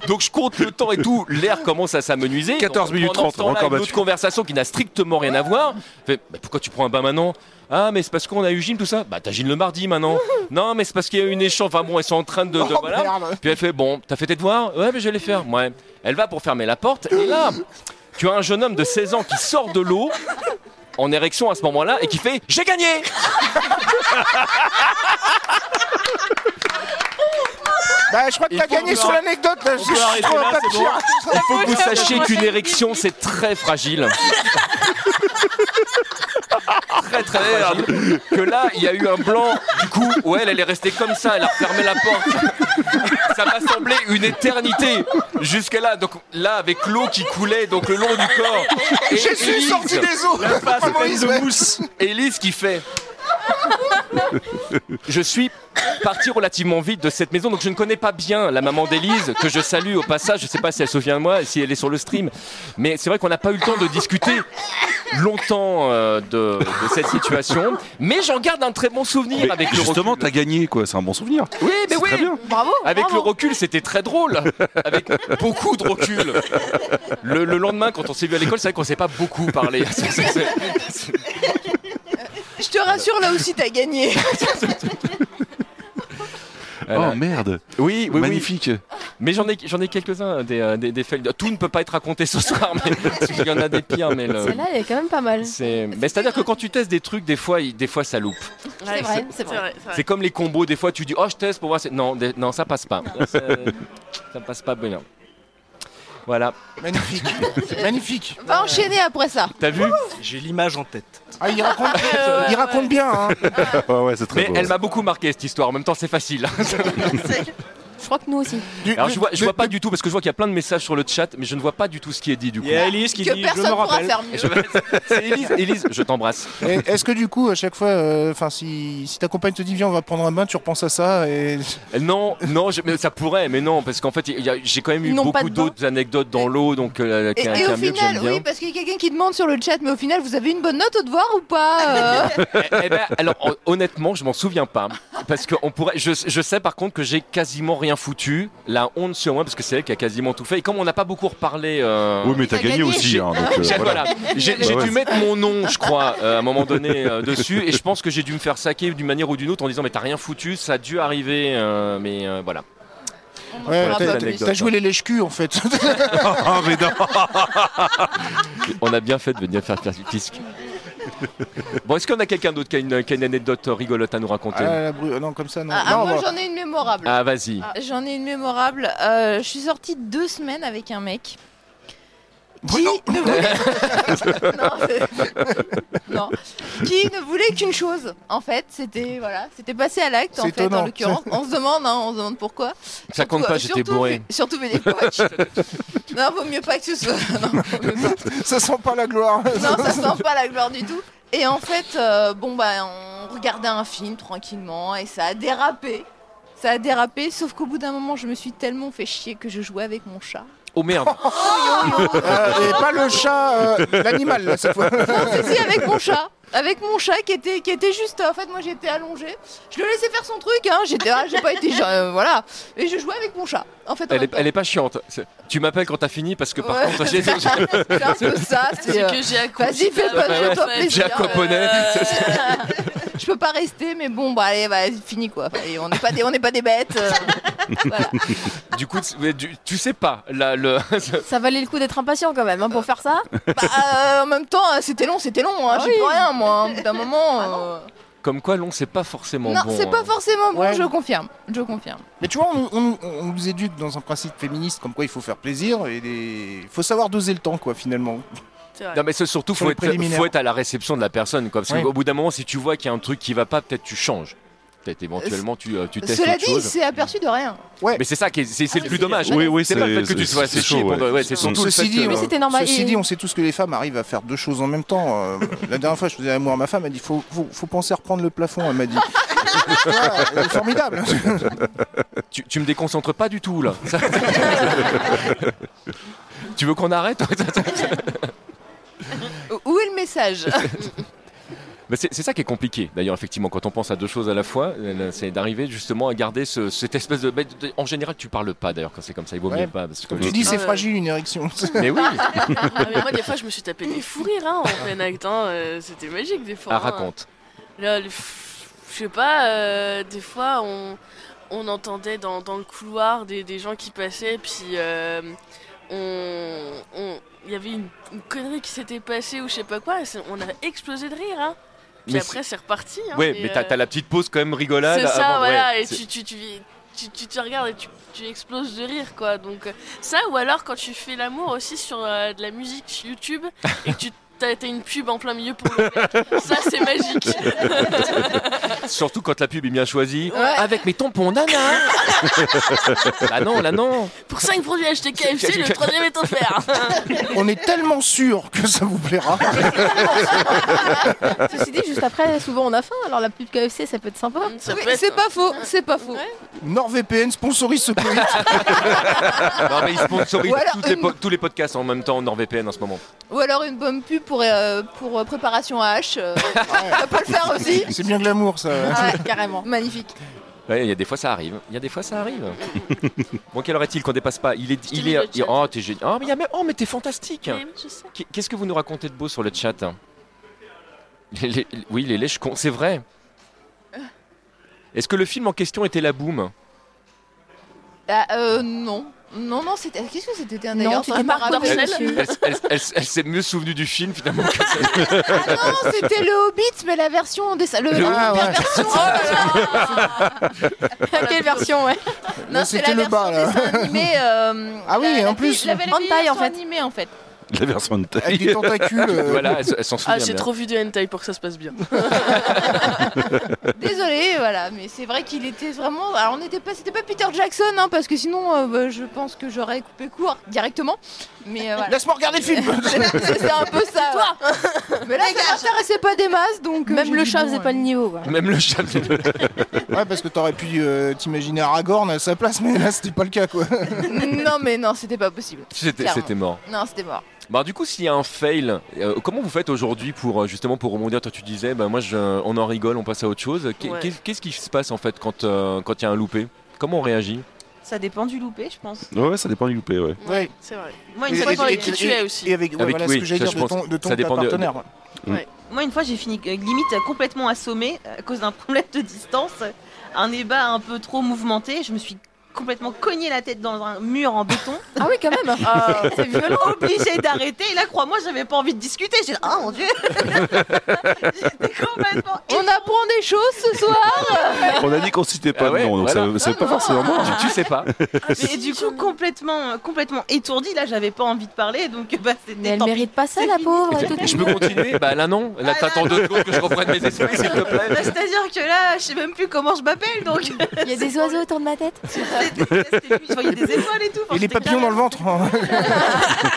Donc je compte le temps et tout. L'air commence à s'amenuiser.
14
Donc,
minutes
pendant ce
30,
temps-là,
record
Une
battu.
autre conversation qui n'a strictement rien à voir. Fait, bah, pourquoi tu prends un bain maintenant Ah mais c'est parce qu'on a eu gym tout ça. Bah t'as gym le mardi
[LAUGHS]
maintenant. non mais c'est parce qu'il y a eu une échange. Enfin bon, elles sont en train de, de-
Oh,
voilà.
merde.
Puis elle fait Bon, t'as fait tes devoirs Ouais, mais je vais les faire. Ouais. Elle va pour fermer la porte, et là, tu as un jeune homme de 16 ans qui sort de l'eau en érection à ce moment-là et qui fait J'ai gagné
[LAUGHS] Bah, je crois que
Il
t'as
faut
gagné
que-
sur l'anecdote, là, je
peut arrêter
je trouve
là,
pas
c'est bon.
pire.
Il faut que vous
J'avoue,
sachiez
j'avoue.
qu'une érection, c'est très fragile. Très très fragile. Que là, il y a eu un blanc, du coup, où elle, elle est restée comme ça, elle a fermé la porte. Ça m'a semblé une éternité jusqu'à là. Donc là, avec l'eau qui coulait donc le long du corps. Et
Jésus
Élise-
sorti des eaux
La face
Maman,
pleine
il se met-
de mousse.
Élise qui fait [LAUGHS] Je suis parti relativement vite de cette maison, donc je ne connais pas bien la maman d'Élise, que je salue au passage. Je ne sais pas si elle se souvient de moi, si elle est sur le stream. Mais c'est vrai qu'on n'a pas eu le temps de discuter longtemps euh, de, de cette situation. Mais j'en garde un très bon souvenir
Mais
avec le recul.
justement, t'as gagné, quoi. C'est un bon souvenir.
Oui, mais
C'est
oui
très bien.
Bravo.
Avec
bravo.
le recul, c'était très drôle. Avec beaucoup de recul. Le, le lendemain, quand on s'est vu à l'école, c'est vrai qu'on s'est pas
[LAUGHS]
beaucoup parlé. C'est- c'est- c'est-
Je te rassure, là aussi,
[LAUGHS]
t'as gagné.
Voilà.
Oh merde,
oui, oui, oui.
magnifique.
Mais j'en ai, j'en ai quelques-uns des, euh, des, des fails. Tout ne peut pas être raconté ce soir,
[LAUGHS]
mais il y en a des pires. Mais le-
Celle-là, elle est quand même pas mal.
c'est, mais c'est-à-dire que quand tu testes des trucs, des fois, il- des fois, ça loupe.
C'est vrai, c'est vrai.
C'est comme les combos. Des fois, tu dis, oh, je teste pour voir. si- Non, des- non, ça passe pas. Ça, ça passe pas bien. Voilà.
Magnifique. Magnifique.
Va enchaîner après ça.
T'as vu
J'ai l'image en tête.
Ah, il
[LAUGHS]
raconte, il raconte bien. Hein.
Ah [LAUGHS] ouais, c'est très
Mais
beau.
elle m'a beaucoup marqué cette histoire. En même temps, c'est facile. hein.
[LAUGHS]
Je crois que nous aussi.
Du-
Alors
du-
je vois, je
du-
vois pas du tout parce que je vois qu'il y a plein de messages sur le chat, mais je ne vois pas du tout ce qui est dit du coup.
Il y a Elise qui
Que
dit Je
personne
me
pourra
rappelle.
faire mieux.
[LAUGHS] C'est Élise, Élise, je t'embrasse.
Et Est-ce que du coup, à chaque fois, euh, enfin, si, si ta compagne te dit viens, on va prendre un bain, tu repenses à ça et
Euh, Non, non, je- mais ça pourrait, mais non, parce qu'en fait, il y a- j'ai quand même eu
Ils n'ont pas
beaucoup
de bain.
d'autres anecdotes dans l'eau, donc euh,
Et,
qu'un-
et au
qu'un mieux que j'aime
final,
bien.
oui, parce qu'il y a quelqu'un qui demande sur le chat, mais au final, vous avez une bonne note au devoir
[LAUGHS]
ou pas euh
Eh ben, alors hon- honnêtement, je m'en souviens pas, parce que on pourrait. Je, je sais par contre que j'ai quasiment rien foutu. La honte sur moi, parce que c'est elle qui a quasiment tout fait. Et comme on n'a pas beaucoup reparlé. euh,
Oui, mais t'as
T'as
gagné
gagné.
aussi. hein,
[LAUGHS]
donc, euh,
J'ai
voilà.
voilà. J'ai-
Bah
j'ai
ouais.
dû mettre mon nom, je crois, euh, à un moment donné euh, dessus, et je pense que j'ai dû me faire saquer d'une manière ou d'une autre en disant mais t'as rien foutu, ça a dû arriver, euh, mais euh, voilà.
Ouais,
Voilà,
t'as-
c'est
t'as-
l'anecdote, hein.
t'as [LAUGHS] joué les lèches en fait.
Ah, mais non.
[LAUGHS] On a bien fait de venir faire faire fisc. Bon, est-ce qu'on a quelqu'un d'autre qui a, une, qui a une anecdote rigolote à nous raconter
[LAUGHS]
Euh.
Ah, la bru- Non, comme ça, non.
Ah, ah,
Non,
Moi,
bah,
j'en ai une mémorable.
Ah, vas-y.
Ah, J'en ai une mémorable. Euh, je suis sortie deux semaines avec
[LAUGHS]
un mec. Qui ne voulait... non, c'est- [LAUGHS] Non. Qui ne voulait qu'une chose. En fait, c'était voilà, c'était passé à l'acte. En
C'est
fait, en
étonnant.
l'occurrence, on se demande, hein, on se demande pourquoi.
Ça compte pas,
Surtout- euh,
j'étais
surtout
bourré.
vu- [LAUGHS] Surtout vu les coachs.
[LAUGHS]
non, vaut mieux pas que ce soit. non, vaut mieux pas.
[LAUGHS] ça sent pas la gloire.
ah, Non, ça sent pas la gloire du tout. Et en fait, euh, bon bah, on regardait un film tranquillement et ça a dérapé. Ça a dérapé, sauf qu'au bout d'un moment, je me suis tellement fait chier que je jouais avec mon chat.
Oh
[LAUGHS]
merde.
[LAUGHS] Euh, et pas le chat, euh, l'animal
[LAUGHS]
là, cette fois.
Si, si,
[LAUGHS]
avec mon chat. Avec mon chat qui était, qui était juste. En fait, moi j'étais allongée. Je le laissais faire son truc, hein. J'étais, ah, j'ai pas été. genre, euh, voilà. Et je jouais avec mon chat. En fait, en
Elle
même
est,
temps.
elle est pas chiante. C'est- Tu m'appelles quand t'as fini parce que par
Ouais.
contre, j'ai. j'ai-
[LAUGHS] C'est un peu
[LAUGHS]
ça. c'est,
C'est
euh,
que j'ai
vas-y, fais
Ah bah
pas de- fais-toi plaisir. euh.
Jacques Oponet.
je peux pas rester, mais bon, bah allez, bah, fini quoi. Allez, on n'est pas, des- on n'est pas des bêtes. euh, voilà.
[LAUGHS] Du coup, tu, mais tu- tu sais pas. Là, le...
Ça valait le coup d'être impatient quand même hein, pour faire ça.
[LAUGHS] Bah, euh, en même temps, euh, c'était long, c'était long, hein,
Ah
j'y
oui.
peux rien, moi. hein. Au bout D'un moment. euh,
Comme quoi, l'on, c'est pas forcément
Non,
Ah bon.
c'est pas
hein.
forcément bon,
Ouais.
je confirme. Je confirme.
Mais tu vois, on, on- on nous éduque dans un principe féministe comme quoi il faut faire plaisir et des- il faut savoir doser le temps, quoi, finalement.
hein. Non mais c'est surtout
Sur
faut
les
être,
préliminaires.
faut être à la réception de la personne quoi parce
Oui.
qu'au bout d'un moment si tu vois qu'il y a un truc qui va pas peut-être tu changes peut-être éventuellement tu, euh, tu testes
Cela
autre
dit, Ah, il
chose
s'est aperçu de rien.
mais c'est ça qui est, c'est, c'est le plus dommage
Oui, oui,
c'est pas le fait que tu sois
c'est
assez chier
chaud,
pour
ouais.
de- ouais, c'est surtout le fait euh,
Ceci dit,
que-
Oui,
[LAUGHS]
c'était normal.
Ceci
Et-
dit, on sait tous que les femmes arrivent à faire deux choses en même temps. Euh, la dernière fois, je faisais l'amour à ma femme, elle dit faut, faut, faut penser à reprendre le plafond, elle m'a dit. Ah, elle est formidable.
[LAUGHS] Tu, tu me déconcentres pas du
[LAUGHS]
tout là. Ça- tu veux qu'on arrête
[LAUGHS] Où est
[LAUGHS]
le message
Mais c'est, c'est ça qui est compliqué d'ailleurs effectivement quand on pense à deux choses à la fois, euh, c'est d'arriver justement à garder ce- cette espèce de. mais de- En général tu parles pas d'ailleurs quand c'est comme ça, il vaut
Ouais.
mieux pas parce que.
Tu dis c'est
Ah, ouais.
fragile une érection.
Mais oui,
[LAUGHS] Ah, mais moi, des fois, je me suis tapé des fous rires hein, en plein acte. hein, euh, C'était magique, des fois.
ah,
hein.
raconte.
Là, le- je sais pas, euh, des fois, on, on entendait dans, dans le couloir des, des gens qui passaient, puis euh, on. on- il y avait une, une connerie qui s'était passée ou je sais pas quoi, et c'est- on a explosé de rire. Hein. Puis
Mais
après, c'est reparti. Hein,
Ouais,
et,
mais t'as,
euh,
t'as la petite pause quand même rigolade.
C'est ça,
avant-
voilà,
ouais,
et
c'est-
tu, [LAUGHS] tu, tu, tu, tu te regardes et tu, tu exploses de rire, quoi. Donc, euh, ça, ou alors quand tu fais l'amour aussi sur euh, de la musique
[LAUGHS]
YouTube et que tu t'as t'as une pub en plein milieu pour le Ça, c'est magique.
[LAUGHS] Surtout quand la pub est bien choisie.
Ouais.
Avec mes tampons nana. là non, là non.
Pour 5 produits achetés KFC, le troisième
[LAUGHS]
est offert.
On est tellement sûr que ça vous plaira.
Ceci dit, juste après, souvent on a faim, alors la pub KFC, ça peut être sympa.
Ça peut
Oui,
être-
c'est pas faux, c'est pas faux.
NordVPN sponsorise ce colis.
Non, mais ils sponsorisent
Ou alors
toutes les
une-
po- tous les podcasts en même temps en NordVPN en ce moment.
Ou alors une bonne pub pour, euh, pour euh, préparation à H. [LAUGHS] euh, ça peut le faire aussi.
C'est bien de l'amour, ça.
Ah ouais,
Carrément.
magnifique.
Ouais, il y a des fois ça arrive. Il y a des fois ça arrive. bon, quelle heure est-il qu'on dépasse pas Il est,
t'ai
il
mis
est.
le chat.
Oh, t'es génial. Oh, mais il y a même- oh, mais t'es fantastique.
Mais je sais.
Qu- Qu'est-ce que vous nous racontez de beau sur le chat Les- les- Oui, les lèches cons, c'est vrai.
Euh.
Est-ce que le film en question était La Boum
Ah, euh, non. Non, non, c'était. Qu'est-ce que c'était un
Non,
d'ailleurs
tu
ça
t'es
m'a
pas
rappelé.
Dorcel.
monsieur.
Elle, elle- elle- elle s'est mieux souvenue du film finalement. que-
Ah [LAUGHS] non, c'était le Hobbit, mais la version. Des... Le,
Le-
la
Ah, ouais.
version. [LAUGHS]
Quelle version, ouais.
Non, c'est la
C'était le bas,
version
là.
dessin animé. euh,
Ah oui,
la-
en
la-
plus.
La, la, la
En taille, en
version
fait.
animée, en fait.
[LAUGHS] La version de
Avec
taille.
des tentacules.
[LAUGHS]
euh,
voilà, elle, s- elle s'en souvient.
Ah, j'ai
bien.
trop vu de hentai pour que ça se
[LAUGHS]
passe bien.
Désolé, voilà, mais c'est vrai qu'il était vraiment. Alors, on n'était pas, c'était pas Peter Jackson, hein, parce que sinon, euh, bah, je pense que j'aurais coupé court directement. Mais euh, voilà.
Laisse-moi regarder le film.
[LAUGHS] c'est c'est un peu ça. ouais. Mais là, ça m'intéressait pas des masses, donc. euh,
Même
j'ai
le
dit,
chat
bon,
faisait
euh,
pas le niveau. quoi.
Même le chat.
Ouais, parce que t'aurais pu euh, t'imaginer Aragorn à sa place, mais là, c'était pas le cas, quoi.
[LAUGHS] non, mais non, c'était pas possible.
C'était
Clairement.
c'était mort.
Non, c'était mort.
Bah, du coup, s'il y a un fail, euh, comment vous faites aujourd'hui pour euh, justement pour rebondir Toi, tu disais, bah, moi, je- on en rigole, on passe à autre chose. Qu'est-
Ouais.
qu'est- Qu'est-ce qui se passe en fait quand euh, quand il y a un loupé Comment on réagit
Ça dépend du loupé, je pense.
Ouais, ouais, ça dépend du loupé, ouais.
Ouais.
C'est vrai.
Moi,
Et-
une
et-
fois,
et-
avec qui
et-
tu es aussi.
Et avec, ouais,
Avec-
voilà
oui,
ce que j'allais
ça,
dire
je
de
pense
ton, de ton
ça dépend de-
partenaire.
moi, une fois, j'ai fini euh, limite euh, complètement assommée euh, à cause d'un problème de distance, un ébat un peu trop mouvementé. Je me suis complètement cogné la tête dans un mur en béton,
[LAUGHS] Ah oui, quand même.
c'est violent, obligée d'arrêter. Et là, crois-moi, j'avais pas envie de discuter. J'ai dit, ah mon
[LAUGHS]
dieu, j'étais complètement.
On apprend des choses ce soir.
[LAUGHS]
On a dit qu'on citait pas
Ah ouais,
le nom, donc
voilà.
ça- c'est pas forcément moi.
tu, tu sais pas.
Et Ah, du coup, complètement, euh, complètement étourdie. Là, j'avais pas envie de parler, donc bah,
Mais
c'était
elle
tant pis.
mérite pas ça,
c'est
la
fini.
pauvre.
C'est
tout-
[LAUGHS]
Je peux continuer Bah là non. Là,
Ah,
t'attends
là,
deux secondes que je reprenne mes esprits, s'il te plaît.
Bah, C'est-à-dire que là, je sais même plus comment je m'appelle, donc
Il y a des oiseaux autour de ma tête.
c'était lui, je voyais des étoiles et tout. Enfin,
Et les
j'étais
papillons
clairement-
dans le ventre. hein.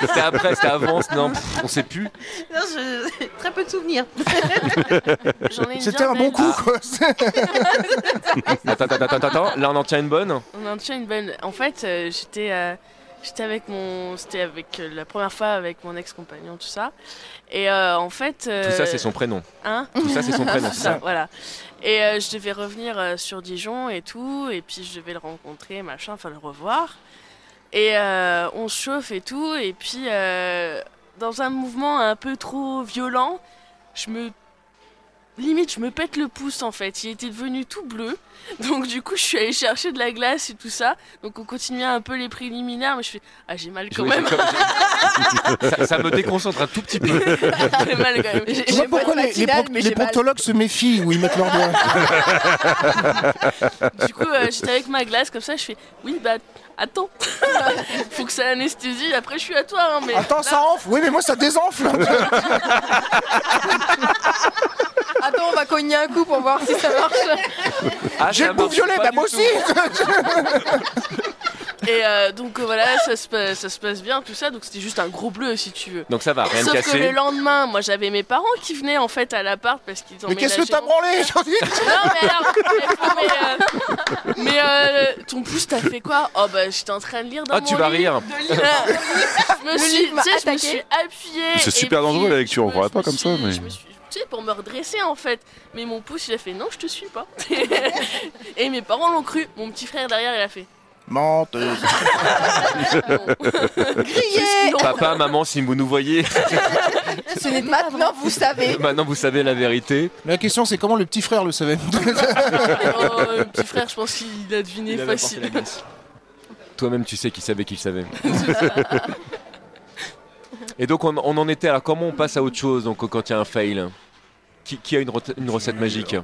C'était après, c'était avant. Non, pff, on sait plus.
Non, je- [LAUGHS] Très peu de
[LAUGHS]
souvenirs.
J'en ai une
C'était
bien
un bon
belle.
coup,
[LAUGHS]
quoi. [LAUGHS]
Attends, attends, attends, attends. Là, on en tient une bonne.
On en tient une bonne. En fait, euh, j'étais euh, j'étais avec mon c'était avec euh, la première fois avec mon ex-compagnon tout ça. Et euh, en fait
Tout ça, c'est son prénom.
hein
Tout ça, c'est son prénom.
[LAUGHS] C'est ça, voilà. Et euh, je devais revenir euh, sur Dijon et tout, et puis je devais le rencontrer, machin, enfin le revoir. Et euh, on se chauffe et tout, et puis euh, dans un mouvement un peu trop violent, je me. Limite, je me pète le pouce en fait. Il était devenu tout bleu. [LAUGHS] Donc, du coup, je suis allée chercher de la glace et tout ça. Donc, on continuait un peu les préliminaires, mais je fais Ah, j'ai mal quand
Oui,
même.
c'est comme- ça, ça me déconcentre un tout petit peu.
j'ai mal quand même.
J'ai-
Tu
j'ai
vois
pas de
pourquoi les, les,
matinale,
pro-
mais
les
j'ai mal.
proctologues se méfient où ils mettent leurs doigts
[LAUGHS] Du coup, euh, j'étais avec ma glace comme ça, je fais oui, bah attends, [LAUGHS] faut que ça anesthésie. Après, je suis à toi, hein, mais
Attends, ça enfle Oui, mais moi, ça désenfle
[LAUGHS] Attends, on va cogner un coup pour voir si ça marche.
Ah,
J'ai
ça
le bout
marche
violet,
pas
bah
du
moi
tout.
aussi [LAUGHS]
[LAUGHS] et euh, donc euh, voilà, ça se passe, ça se passe bien, tout ça. Donc c'était juste un gros bleu, si tu veux.
Donc ça va, rien de
Sauf que le
cassé.
lendemain, moi j'avais mes parents qui venaient en fait à l'appart parce qu'ils ont
Mais qu'est-ce que t'as branlé
Non mais alors, mais, euh, mais, euh, ton pouce t'as fait quoi Oh bah j'étais en train de lire dans
Ah,
mon
tu vas
lit.
rire.
je me suis,
livre m'a
tu sais, je me
attaqué.
suis appuyée.
C'est
et
super
puis,
dangereux, la lecture, on
je me-
pourrait
je
pas
me
comme ça,
suis-
mais-
je me suis- Tu sais, pour me redresser en fait. Mais mon pouce, il a fait non, je te suis pas. [LAUGHS] et mes parents l'ont cru. Mon petit frère derrière, il a fait.
Menteuse
[LAUGHS]
Criez
Papa, maman, si vous nous
[LAUGHS]
voyez,
Ah,
Maintenant, vous
[LAUGHS]
savez.
maintenant vous savez la vérité.
La question, c'est comment le petit frère le savait
Oh, [LAUGHS] mon petit frère, je pense qu'il a deviné
Il avait apporté la
facile.
glace.
Toi-même, tu sais qui savait qui savait. Et donc, on, on en était. Alors, comment on passe à autre chose donc, quand il y a un fail qui, qui a une, rete- une recette magique
Bah,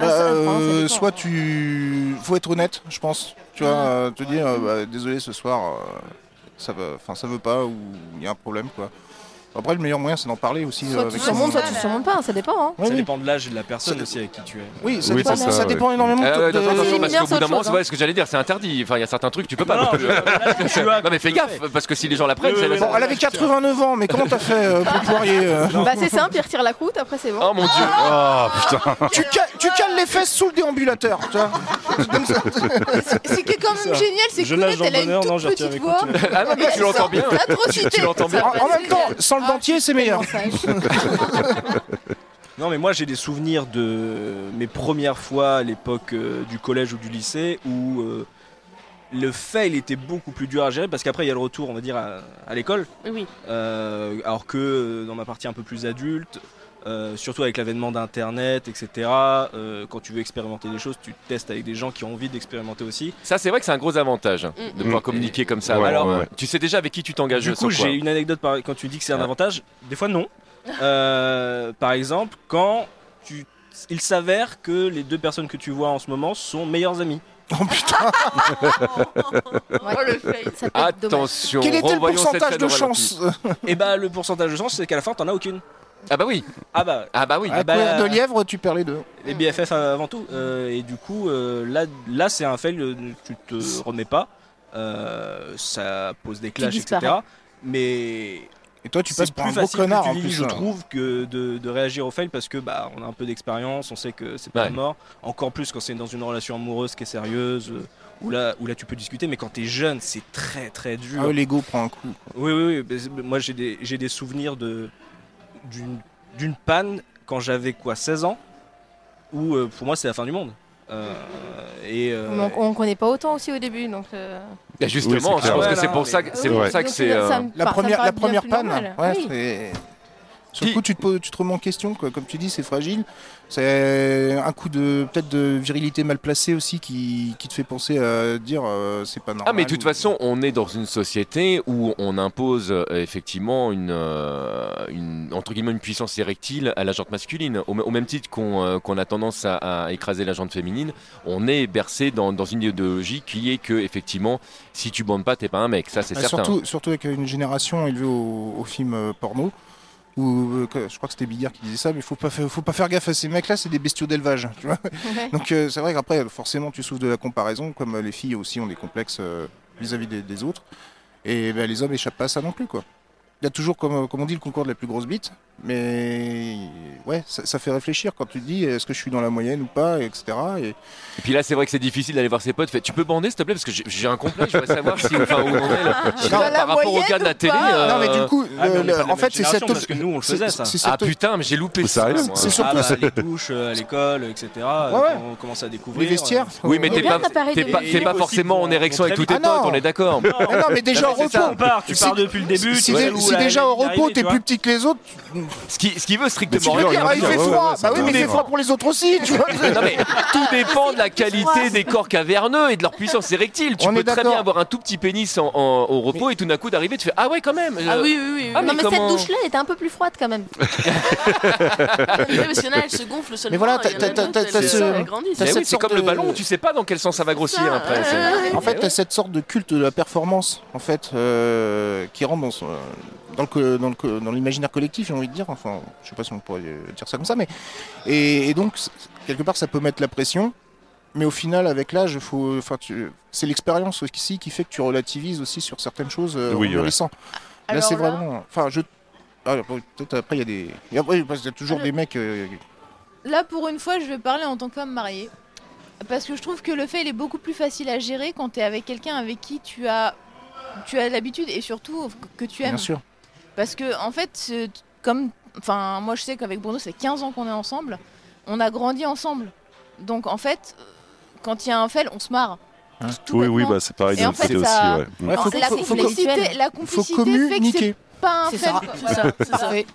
Ah, ça, apparemment, ça
euh,
dépend,
Soit
hein.
tu. Faut être honnête, je pense. Tu vois, euh, te dire, euh, bah, désolé ce soir, euh, ça, va... enfin, ça veut pas ou il y a un problème, quoi. Après, le meilleur moyen, c'est d'en parler aussi.
[LAUGHS]
euh,
Soit tu
avec
surmontes,
son-
soit tu surmontes pas, ça dépend. hein.
Ouais,
Ça
oui.
dépend de l'âge et de la personne aussi avec qui tu es.
Oui, ça
Oui,
dépend,
c'est ça,
ça
ouais.
dépend énormément
Ah ouais,
de-
attention,
de-
attention,
Les
parce qu'au
lumières,
bout
c'est
d'un
autre
moment,
chose,
c'est
hein.
ouais, ce que j'allais dire, c'est interdit. Enfin, il y a certains trucs, tu peux
Non,
pas.
je- là, tu as-
[LAUGHS] Non, mais fais
tu
gaffe,
fais.
parce que si les gens la prennent,
Oui,
c'est
oui,
la-
Bon, elle avait 89 ans, mais comment t'as fait euh, pour poirier euh
Bah c'est simple, il retire la croûte, après c'est bon. Ah,
Oh mon dieu!
[LAUGHS] tu, ca- tu cales les fesses sous le déambulateur, tu vois. C'est comme ça.
Ce qui est quand
C'est
même
ça.
génial, c'est que
Je lâche
Coulette,
dans le
elle a une
bonheur, non,
toute
je retire avec
petite voix.
continuer.
Ah non, mais tu l'entends
[LAUGHS]
bien!
Atrocité.
Tu l'entends bien.
En,
[LAUGHS]
en même temps, sans le
Ah,
dentier, c'est meilleur. [LAUGHS]
[LAUGHS] Non, mais moi j'ai des souvenirs de mes premières fois à l'époque euh, du collège ou du lycée où euh, le fail était beaucoup plus dur à gérer parce qu'après il y a le retour, on va dire, à, à l'école.
Oui.
Euh, alors que euh, dans ma partie un peu plus adulte, euh, surtout avec l'avènement d'Internet, etc., euh, quand tu veux expérimenter des choses, tu testes avec des gens qui ont envie d'expérimenter aussi.
Ça, c'est vrai que c'est un gros avantage hein, de
Mm.
pouvoir communiquer comme ça.
Ouais,
Alors,
ouais.
tu sais déjà avec qui tu t'engages.
Du
sur
coup,
quoi.
j'ai une anecdote par- quand tu dis que c'est un
Ah.
avantage. Des fois, non. Euh, par exemple, quand tu... il s'avère que les deux personnes que tu vois en ce moment sont meilleures amies.
Oh putain,
[LAUGHS]
Oh le fail.
Ça peut être dommage.
Attention,
quel était le
revoyons cette
pourcentage
scène
de
au ralenti.
chance euh,
Et bah, le pourcentage de chance, c'est qu'à la fin, t'en as aucune.
Ah bah oui,
Ah bah,
ah bah oui.
À
bah,
courir de lièvre, tu perds les deux.
les BFF avant tout. Euh, et du coup, euh, là, là c'est un fail, euh, tu te remets pas. Euh, ça pose des clashs, etc.
disparaît.
Mais
Et toi, tu
C'est
passes pour un
plus
gros
facile que
connard
tu
en
dis,
plus.
je
hein.
trouve que de, de réagir au fail parce que bah on a un peu d'expérience, on sait que c'est pas
Ouais.
mort. Encore plus quand c'est dans une relation amoureuse qui est sérieuse. euh, Où là, où là tu peux discuter, mais quand t'es jeune, c'est très très dur.
Ah ouais, l'ego prend un coup.
Oui, oui, oui. mais c'est- Moi, j'ai des, j'ai des souvenirs de, d'une, d'une panne quand j'avais quoi, 16 ans, où euh, pour moi, c'est la fin du monde. Euh, et, euh,
Mais on, on connaît pas autant aussi au début, donc. euh,
Et justement,
Oui, c'est
je pense
clair.
que c'est pour ça que c'est pour
Ouais.
ça que
donc,
c'est. euh,
ça me
La
par- ça me
première,
paraît
la
bien
première
plus
panne,
normal.
ouais,
Oui.
c'est- Sur le
Qui-
coup, tu te, poses- tu te remets en question. Quoi. Comme tu dis, c'est fragile. C'est un coup de peut-être de virilité mal placée aussi qui, qui te fait penser à dire euh, c'est pas normal.
Ah mais de toute
ou-
façon, on est dans une société où on impose euh, effectivement une, euh, une entre guillemets une puissance érectile à la jante masculine. Au, m- au même titre qu'on euh, qu'on a tendance à, à écraser la jante féminine, on est bercé dans, dans une idéologie qui est que effectivement, si tu bandes pas, t'es pas un mec. Ça c'est
Bah,
certain.
surtout, surtout avec une génération élevée au, au film euh, porno. Où, euh, que- je crois que c'était Billard qui disait ça, mais faut pas, fa- faut pas faire gaffe à ces mecs-là, c'est des bestiaux d'élevage. [LAUGHS] tu vois.
Ouais.
Donc euh, c'est vrai qu'après, forcément, tu souffres de la comparaison, comme euh, les filles aussi ont des complexes euh, vis-à-vis des, des autres. Et ben, les hommes échappent pas à ça non plus. quoi. Il y a toujours, comme, euh, comme on dit, le concours de la plus grosse bite. Mais ouais, ça, ça fait réfléchir quand tu te dis est-ce que je suis dans la moyenne ou pas, etc. Et...
Et puis là, c'est vrai que c'est difficile d'aller voir ses potes. Fait, tu peux bander s'il te plaît parce que j'ai- j'ai un complexe. Je voudrais savoir si enfin, où on est là.
[LAUGHS]
dans
par
la
rapport au
moyenne
cas de la
ou
télé.
pas
euh,
Non, mais du coup,
ah, mais on est pas
le- le-
de la
en
même
fait, c'est
génération,
cette.
parce que nous, on le
c'est-
faisait, ça.
c'est
Ah
cette-
putain, mais j'ai loupé
Ça
ça.
arrive.
moi.
C'est sûr.
Ah,
surtout
bah,
ça.
les douches, euh, à l'école, etc. euh,
Ouais, ouais.
On, on commence à découvrir. euh.
les vestiaires.
Oui, mais
On
t'es
vient
pas,
d'appareil
t'es
de
pas,
vie.
t'es pas
Aussi
forcément
pour-
en érection
pour
avec tous
très
tes
vite. Ah
potes,
non.
on est d'accord.
euh,
Mais non, mais déjà au
c'est ça,
repos.
on part, tu
Si-
pars depuis le début.
Si,
tu
dé-
sais où
si
la-
déjà au
l'arrivée,
repos,
tu
t'es
vois.
plus petit que les autres,
Ce qui, ce qui veut
tu
strictement
peux
rien
dire, ah, il
dire.
fait
ouais,
froid.
ouais,
Bah oui,
tout
mais il fait
dépend.
froid pour les autres aussi, tu vois.
[LAUGHS] Non
[LAUGHS]
mais tout dépend de la qualité des corps caverneux et de leur puissance érectile. Tu
On
peux
est
très
d'accord.
bien avoir un tout petit pénis en- en- au repos et tout d'un coup d'arriver, tu fais ah ouais quand même.
Ah
euh,
oui, oui, oui.
Ah,
oui.
mais
Non mais
comment- [LAUGHS]
cette douche-là était un peu plus froide quand même.
Oui, parce qu'il y en a, elles se gonflent seulement.
Mais
Ah,
voilà, t'as-
il y en a
t'as-
d'autres,
t'as-
elles-
t'as
elles
ce-
grandissent.
t'as
mais
cette
Eh oui, c'est
sorte
comme le
de-
ballon, tu sais pas dans quel sens ça va grossir
ça,
après.
ouais,
c'est-
ouais, ouais.
En fait,
Eh
t'as cette sorte de culte de la performance, en fait, euh, qui rentre dans, son- dans le co- dans le co- dans l'imaginaire collectif, j'ai envie de dire. Enfin, je sais pas si on pourrait euh, dire ça comme ça, mais et, et donc c- quelque part, ça peut mettre la pression. Mais au final, avec l'âge, faut, enfin, tu- c'est l'expérience aussi qui fait que tu relativises aussi sur certaines choses euh,
Oui,
en
ouais.
grandissant. Là,
Alors
c'est
là-
vraiment. Enfin, je. ah, Peut-être après, il y a des. et après, parce qu'il y a toujours
Ah,
des mecs. euh,
Là, pour une fois, je vais parler en tant qu'homme marié. Parce que je trouve que le fail est beaucoup plus facile à gérer quand tu es avec quelqu'un avec qui tu as, tu as l'habitude et surtout que tu aimes.
bien sûr.
Parce que, en fait, ce- comme. Enfin, moi je sais qu'avec Bruno, ça fait 15 ans qu'on est ensemble. On a grandi ensemble. Donc, en fait, euh, quand il y a un fail, on se marre.
Hein
Tout
Oui, oui,
bêtement.
bah, c'est pareil
Et
de
en
notre
fait,
côté
ça-
aussi. Ouais.
Ouais, faut,
la,
faut- faut- faut-
complicité, la
faut
complicité fait que c'est
communiquer.
pas un
C'est
fail.
ça.
quoi.
C'est ça, c'est ça.
Parfait.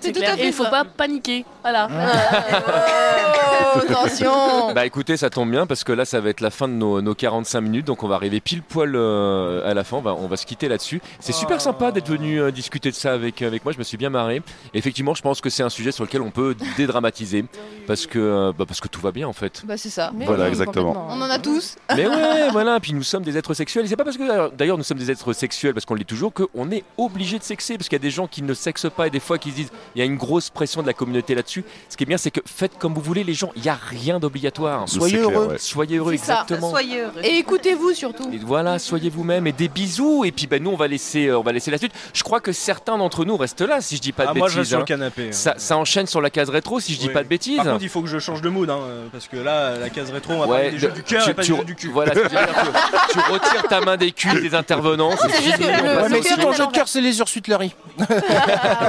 C'est tout
clair.
à
Et
fait
il faut
ça. Ah,
pas paniquer. Voilà. [LAUGHS]
Oh, attention
Bah écoutez, ça tombe bien parce que là, ça va être la fin de nos, nos 45 minutes, donc on va arriver pile poil euh, à la fin. On va, on va se quitter là-dessus. C'est
Oh.
super sympa d'être venu euh, discuter de ça avec avec moi. Je me suis bien marré. Effectivement, je pense que c'est un sujet sur lequel on peut [LAUGHS] dédramatiser parce que euh, bah, parce que tout va bien en fait.
Bah, c'est ça.
Mais
Voilà,
oui,
exactement.
On
complètement.
en a tous.
Mais
[LAUGHS]
ouais, voilà. Puis nous sommes des êtres sexuels. Et c'est pas parce que d'ailleurs nous sommes des êtres sexuels parce qu'on l'est toujours qu'on est obligé de sexer. sexer, parce qu'il y a des gens qui ne sexent pas et des fois qui se disent il y a une grosse pression de la communauté là-dessus. Ce qui est bien, c'est que faites comme vous voulez, les gens. Il n'y a rien d'obligatoire.
Soyez
clair,
heureux.
ouais.
Soyez heureux,
C'est ça,
exactement.
Soyez heureux.
Et écoutez-vous surtout.
Et voilà, soyez vous-même et des bisous. Et puis ben, nous, on va laisser, euh, on va laisser la suite. Je crois que certains d'entre nous restent là, si je dis pas de
Ah, moi, je reste
bêtises.
sur
hein.
le canapé. hein.
ça, ça enchaîne sur la case rétro, si je dis
Oui.
pas de bêtises.
Par contre, il faut que je change de mood, hein, parce que là, la case rétro, on va parler des
de-
jeux du cœur et pas des jeux
re-
du cul.
Voilà, ce que j'allais dire, tu- tu retires ta main des culs des intervenants.
c'est juste
fini, on
que le-
passe
Ouais,
le
au
mais si
cœur
suivant.
ton
est à
jeu de cœur, c'est les Ursutes Larry.
Ah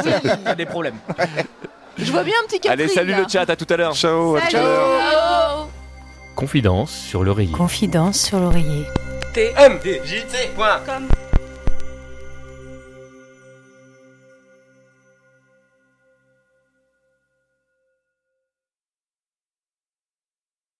oui.
Il y a des problèmes.
Je vois bien un petit Capri.
Allez, salut
là.
le chat, à tout à l'heure.
Ciao, à tout à
Salut.
l'heure.
Oh
Confidence sur l'oreiller.
Confidence sur l'oreiller.
T
M.
J T. Point.